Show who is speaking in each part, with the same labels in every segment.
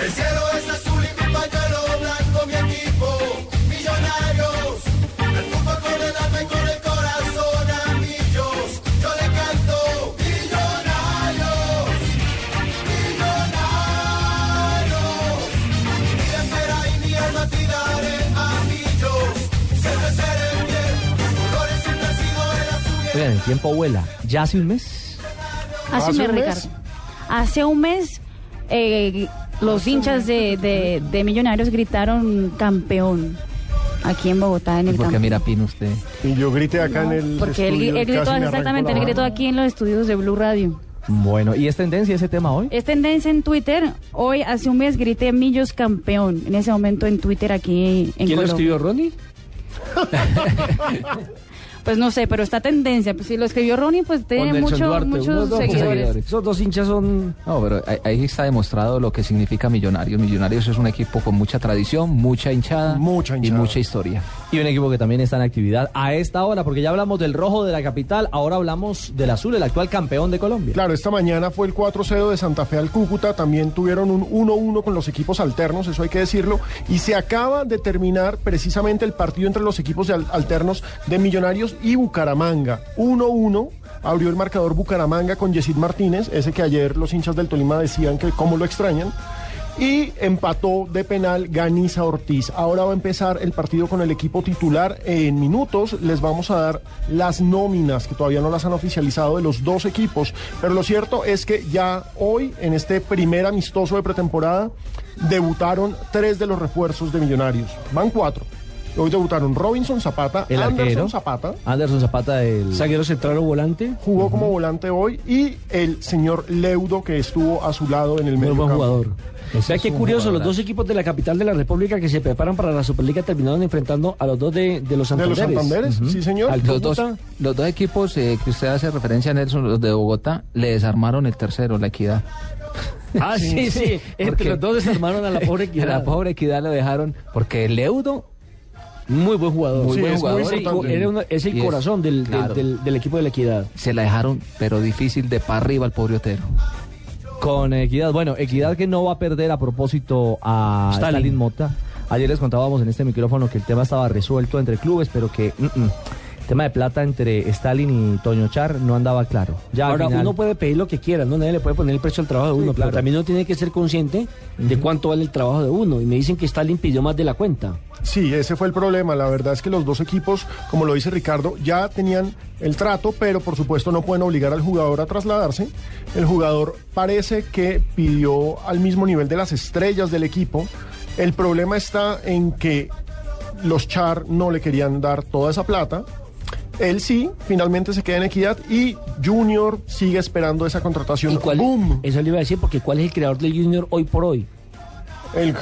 Speaker 1: El cielo es azul y mi pañuelo blanco, mi equipo, millonarios. El fútbol con el alma y con el corazón a millos. Yo le canto, millonarios, millonarios. Mi vida entera y mi alma te daré a millos. Siempre seré bien, mis colores siempre han sido el azul y el
Speaker 2: Oigan, el tiempo vuela. Ya hace un mes.
Speaker 3: Hace un mes, Ricardo. Hace un mes, eh, los hinchas de, de- de Millonarios gritaron campeón aquí en Bogotá, en el
Speaker 2: Porque
Speaker 3: campo.
Speaker 2: mira, Pino, usted.
Speaker 4: Y yo grité acá en el.
Speaker 3: Porque él,
Speaker 4: estudio,
Speaker 3: él
Speaker 4: casi
Speaker 3: gritó,
Speaker 4: me arranco
Speaker 3: exactamente,
Speaker 4: la
Speaker 3: él
Speaker 4: mano.
Speaker 3: gritó aquí en los estudios de Blue Radio.
Speaker 2: Bueno, ¿y es tendencia ese tema hoy?
Speaker 3: Es tendencia en Twitter. Hoy, hace un mes, grité Millos campeón. En ese momento en Twitter aquí en
Speaker 5: ¿Quién lo
Speaker 3: Colombia.
Speaker 5: escribió, Ronnie?
Speaker 3: Pues no sé, pero está tendencia. Pues si lo escribió Ronnie, pues tiene
Speaker 5: Nelson
Speaker 3: mucho-
Speaker 5: Duarte, unos
Speaker 3: muchos
Speaker 5: dos
Speaker 3: seguidores.
Speaker 5: seguidores. Esos dos hinchas son...
Speaker 2: No, pero ahí, ahí está demostrado lo que significa Millonarios. Millonarios es un equipo con mucha tradición, mucha hinchada,
Speaker 4: Mucha hinchada.
Speaker 2: y mucha historia.
Speaker 6: Y un equipo que también está en actividad a esta hora, porque ya hablamos del rojo de la capital, ahora hablamos del azul, el actual campeón de Colombia.
Speaker 4: Claro, esta mañana fue el 4-0 de Santa Fe al Cúcuta, también tuvieron un 1-1 con los equipos alternos, eso hay que decirlo, y se acaba de terminar precisamente el partido entre los equipos de al- alternos de Millonarios y Bucaramanga. 1-1. Abrió el marcador Bucaramanga con Yesid Martínez, ese que ayer los hinchas del Tolima decían que cómo lo extrañan. Y empató de penal Ganisa Ortiz. Ahora va a empezar el partido con el equipo titular. En minutos les vamos a dar las nóminas, que todavía no las han oficializado, de los dos equipos. Pero lo cierto es que ya hoy, en este primer amistoso de pretemporada, debutaron tres de los refuerzos de Millonarios. Van cuatro. Hoy debutaron Robinson Zapata,
Speaker 6: El
Speaker 4: Anderson
Speaker 6: arquero.
Speaker 4: Zapata,
Speaker 6: Anderson Zapata, el...
Speaker 5: Zaguero central o volante.
Speaker 4: jugó como volante hoy, y el señor Leudo, que estuvo a su lado en el
Speaker 5: Muy
Speaker 4: medio
Speaker 5: buen
Speaker 4: campo.
Speaker 5: jugador.
Speaker 6: Ese
Speaker 5: Vea
Speaker 6: es
Speaker 5: qué
Speaker 6: un
Speaker 5: curioso, los
Speaker 6: jugadorazo.
Speaker 5: dos equipos de la capital de la República que se preparan para la Superliga terminaron enfrentando a los dos de, de los
Speaker 4: ¿De los
Speaker 5: Santanderes.
Speaker 4: Santanderes? Sí, señor.
Speaker 5: Al
Speaker 2: Los dos,
Speaker 5: Cúcuta.
Speaker 2: los dos equipos eh, que usted hace referencia, Nelson, los de Bogotá, le desarmaron el tercero, la equidad.
Speaker 5: Ah, sí, sí. Entre
Speaker 2: Porque-
Speaker 5: los dos desarmaron a la pobre
Speaker 2: A
Speaker 5: Equidad.
Speaker 2: la pobre equidad lo dejaron porque el Eudo
Speaker 5: Muy buen jugador.
Speaker 2: Muy Sí, buen es muy
Speaker 4: jugador. importante.
Speaker 5: Era una- es el
Speaker 2: Y es-
Speaker 5: corazón del, del-
Speaker 2: claro.
Speaker 5: del- del equipo de la Equidad.
Speaker 2: se la dejaron, pero difícil, de para arriba al pobre Otero.
Speaker 6: Con Equidad. Bueno, Equidad que no va a perder a propósito a
Speaker 5: Stalin.
Speaker 6: Stalin, Mota. Ayer les contábamos en este micrófono que el tema estaba resuelto entre clubes, pero que mm, mm, el tema de plata entre Stalin y Toño Char no andaba claro. Ya al
Speaker 5: Ahora,
Speaker 6: final-
Speaker 5: uno puede pedir lo que quiera, ¿no? Nadie le puede poner el precio al trabajo de uno, pero
Speaker 6: claro.
Speaker 5: también uno tiene que ser consciente de cuánto vale el trabajo de uno. Y me dicen que Stalin pidió más de la cuenta.
Speaker 4: Sí, ese fue el problema. La verdad es que los dos equipos, como lo dice Ricardo, ya tenían el trato, pero por supuesto no pueden obligar al jugador a trasladarse. El jugador parece que pidió al mismo nivel de las estrellas del equipo. El problema está en que los Char no le querían dar toda esa plata. Él sí, finalmente se queda en equidad y Junior sigue esperando esa contratación.
Speaker 5: ¿Y cuál,
Speaker 4: ¡Boom!
Speaker 5: Eso le iba a decir, porque ¿cuál es el creador del Junior hoy por hoy?
Speaker 4: El, eh,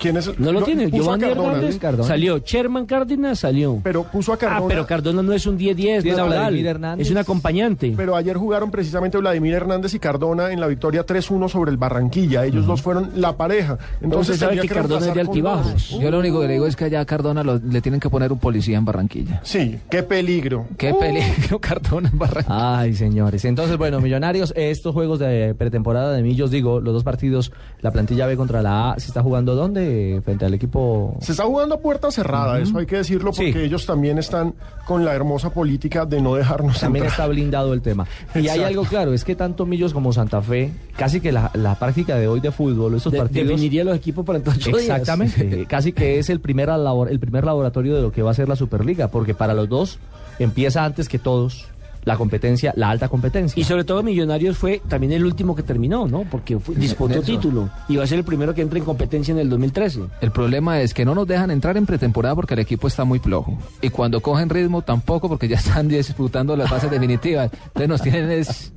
Speaker 4: ¿Quién es?
Speaker 5: No lo tiene.
Speaker 4: puso a
Speaker 5: Giovanni
Speaker 4: Cardona,
Speaker 5: Hernández
Speaker 6: Luis Cardona.
Speaker 5: salió. Sherman Cárdenas salió.
Speaker 4: Pero puso a
Speaker 5: ah,
Speaker 4: Cardona.
Speaker 5: pero Cardona no es un 10-10, no es
Speaker 6: Tiene a
Speaker 5: lateral,
Speaker 6: Vladimir Hernández.
Speaker 5: Es un acompañante.
Speaker 4: Pero ayer jugaron precisamente Vladimir Hernández y Cardona en la victoria 3-1 sobre el Barranquilla. Ellos dos fueron la pareja. Entonces,
Speaker 5: Entonces sabe
Speaker 4: tendría
Speaker 5: que Cardona es de
Speaker 4: reemplazar con
Speaker 5: altibajos.
Speaker 4: dos.
Speaker 2: Yo lo único que le digo es que allá a Cardona lo- le tienen que poner un policía en Barranquilla.
Speaker 4: Sí, qué peligro.
Speaker 2: Qué
Speaker 5: Uh.
Speaker 2: peligro Cardona en
Speaker 5: Ah,
Speaker 2: Barranquilla.
Speaker 6: Ay, señores. Entonces, bueno, Millonarios, estos juegos de pretemporada de Millos, digo, los dos partidos, la plantilla B contra la A, ¿se está jugando dónde? Frente al equipo.
Speaker 4: Se está jugando a puerta cerrada, eso hay que decirlo, porque
Speaker 6: Sí.
Speaker 4: ellos también están con la hermosa política de no dejarnos
Speaker 6: También
Speaker 4: entrar.
Speaker 6: está blindado el tema. Y hay
Speaker 4: Exacto.
Speaker 6: algo claro, es que tanto Millos como Santa Fe, casi que la, la práctica de hoy de fútbol, esos
Speaker 5: De-
Speaker 6: partidos.
Speaker 5: definiría los equipos para entonces.
Speaker 6: Exactamente, casi que es el primer, labor- el primer laboratorio de lo que va a ser la Superliga, porque para los dos empieza antes que todos la competencia, la alta competencia.
Speaker 5: Y sobre todo Millonarios fue también el último que terminó, ¿no? Porque fue- disputó
Speaker 2: Nelson.
Speaker 5: título y va a ser el primero que entre en competencia en el 2013.
Speaker 2: El problema es que no nos dejan entrar en pretemporada porque el equipo está muy flojo. Y cuando cogen ritmo tampoco porque ya están disputando las fases definitivas. Entonces nos tienen es...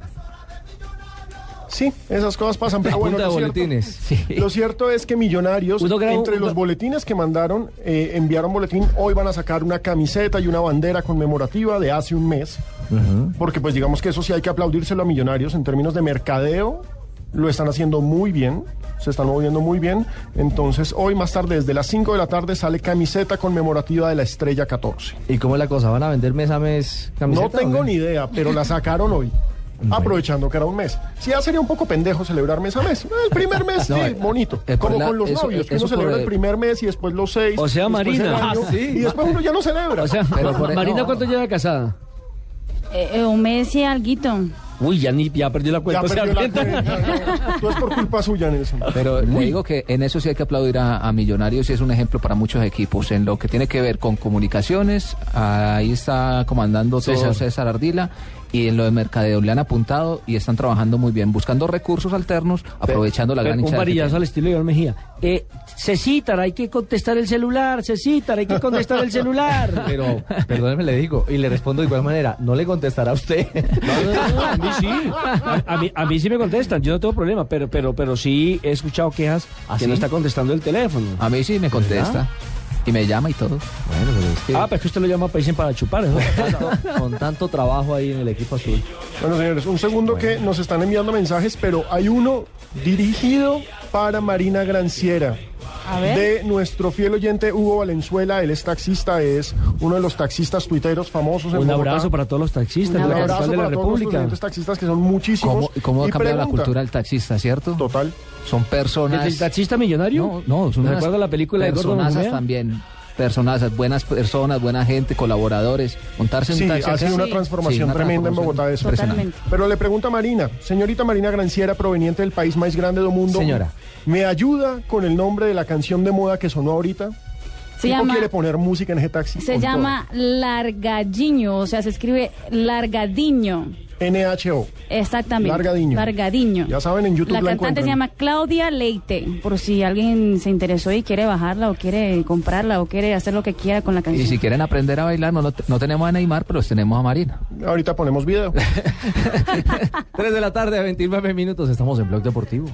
Speaker 4: Sí, esas cosas pasan, pero
Speaker 6: A
Speaker 4: bueno,
Speaker 6: punta de
Speaker 4: lo cierto-
Speaker 6: boletines. Sí.
Speaker 4: Lo cierto es que Millonarios,
Speaker 5: Uno graba-
Speaker 4: entre
Speaker 5: uno-
Speaker 4: los boletines que mandaron, eh, enviaron boletín, hoy van a sacar una camiseta y una bandera conmemorativa de hace un mes, porque pues digamos que eso sí hay que aplaudírselo a Millonarios en términos de mercadeo, lo están haciendo muy bien, se están moviendo muy bien, entonces hoy más tarde, desde las 5 de la tarde, sale camiseta conmemorativa de la Estrella 14.
Speaker 6: ¿Y cómo es la cosa? ¿Van a vender mes a mes
Speaker 4: No
Speaker 6: camisetas? o
Speaker 4: tengo
Speaker 6: qué?
Speaker 4: ni idea, pero la sacaron hoy. Aprovechando que era un mes. Si ya sería un poco pendejo celebrar mes a mes. El primer mes,
Speaker 2: No,
Speaker 4: sí,
Speaker 2: eh,
Speaker 4: bonito.
Speaker 2: eh,
Speaker 4: Como
Speaker 2: la-
Speaker 4: con los
Speaker 2: eso-
Speaker 4: novios, que
Speaker 2: eso
Speaker 4: uno celebra
Speaker 2: por-
Speaker 4: el primer mes y después los seis.
Speaker 5: O sea,
Speaker 4: después el
Speaker 5: Marina.
Speaker 4: año,
Speaker 5: Ah, sí.
Speaker 4: Y después uno ya no celebra.
Speaker 5: O sea,
Speaker 2: Pero por-
Speaker 5: Marina,
Speaker 2: no.
Speaker 5: ¿cuánto lleva de casada?
Speaker 3: Eh, eh, un mes y alguito.
Speaker 5: Uy, ya, ni, ya perdió la
Speaker 4: ya
Speaker 5: cuenta. pues, o sea,
Speaker 4: perdió la
Speaker 5: cuenta.
Speaker 4: cuenta. Todo es por culpa suya, Nelson.
Speaker 2: Pero le digo que en eso sí hay que aplaudir a, a Millonarios y es un ejemplo para muchos equipos. En lo que tiene que ver con comunicaciones, ahí está comandando todo
Speaker 5: César.
Speaker 2: César, Ardila. Y en lo de mercadeo le han apuntado y están trabajando muy bien, buscando recursos alternos, aprovechando la
Speaker 5: Pero
Speaker 2: gran
Speaker 5: Un
Speaker 2: hinchada que
Speaker 5: varillazo
Speaker 2: tiene.
Speaker 5: al estilo de Iván Mejía. Eh, Cecitar, hay que contestar el celular. Cecitar, hay que contestar el celular.
Speaker 6: Pero, perdóneme, le digo, y le respondo de igual manera, no le contestará a usted.
Speaker 5: a mí sí. A, a mí, a mí sí me contestan, yo no tengo problema, pero, pero, pero sí he escuchado quejas
Speaker 2: ¿Ah,
Speaker 5: que
Speaker 2: sí?
Speaker 5: no está contestando el teléfono.
Speaker 2: A mí sí me contesta y me llama y todo.
Speaker 6: Bueno, pero es que
Speaker 5: Ah, pero
Speaker 4: pues
Speaker 5: es que usted lo llama Paisen para chupar, ¿no?
Speaker 6: tanto- con tanto trabajo ahí en el equipo azul.
Speaker 4: Bueno, señores, un segundo que nos están enviando mensajes, pero hay uno dirigido para Marina Granciera.
Speaker 3: A ver.
Speaker 4: De nuestro fiel oyente Hugo Valenzuela, él es taxista, es uno de los taxistas tuiteros famosos en
Speaker 5: Un
Speaker 4: Bogotá.
Speaker 5: abrazo para todos los taxistas
Speaker 3: Un
Speaker 5: de la
Speaker 4: abrazo
Speaker 5: capital de la
Speaker 4: para todos nuestros
Speaker 5: República.
Speaker 4: clientes taxistas que son muchísimos.
Speaker 2: ¿Cómo, cómo ha
Speaker 4: Y
Speaker 2: cambiado la
Speaker 4: pregunta,
Speaker 2: cultura del taxista, cierto?
Speaker 4: Total.
Speaker 2: Son personas...
Speaker 5: ¿Desde el taxista millonario?
Speaker 2: No, no, son
Speaker 5: ¿Me
Speaker 2: unas
Speaker 5: recuerda la película de Gordo
Speaker 2: personazas
Speaker 5: Benjumea?
Speaker 2: también. Personazas, buenas personas, buena gente, colaboradores. Montarse en
Speaker 4: Sí,
Speaker 2: un taxi
Speaker 4: ha
Speaker 2: acá-
Speaker 4: sido una
Speaker 3: Sí.
Speaker 4: transformación
Speaker 2: Sí, una
Speaker 4: tremenda en
Speaker 2: transformación
Speaker 4: Bogotá eso.
Speaker 3: Totalmente.
Speaker 4: Pero le pregunta a Marina, señorita Marina Granciera, proveniente del país más grande del mundo.
Speaker 6: Señora.
Speaker 4: ¿Me ayuda con el nombre de la canción de moda que sonó ahorita?
Speaker 3: Se
Speaker 4: ¿Tipo
Speaker 3: llama,
Speaker 4: quiere poner música en ese taxi?
Speaker 3: se
Speaker 4: Con
Speaker 3: llama Largadiño, o sea, se escribe Largadiño.
Speaker 4: todo. NHO.
Speaker 3: Exactamente.
Speaker 4: Largadiño.
Speaker 3: Largadiño.
Speaker 4: Ya saben, en YouTube
Speaker 3: La
Speaker 4: la
Speaker 3: cantante
Speaker 4: encuentran.
Speaker 3: se llama Claudia Leite, por si alguien se interesó y quiere bajarla o quiere comprarla o quiere hacer lo que quiera con la
Speaker 2: Y
Speaker 3: canción.
Speaker 2: si quieren aprender a bailar, no, lo- no tenemos a Neymar, pero los tenemos a Marina.
Speaker 4: Ahorita ponemos video.
Speaker 6: 3 de la tarde, 29 minutos, estamos en Blog Deportivo.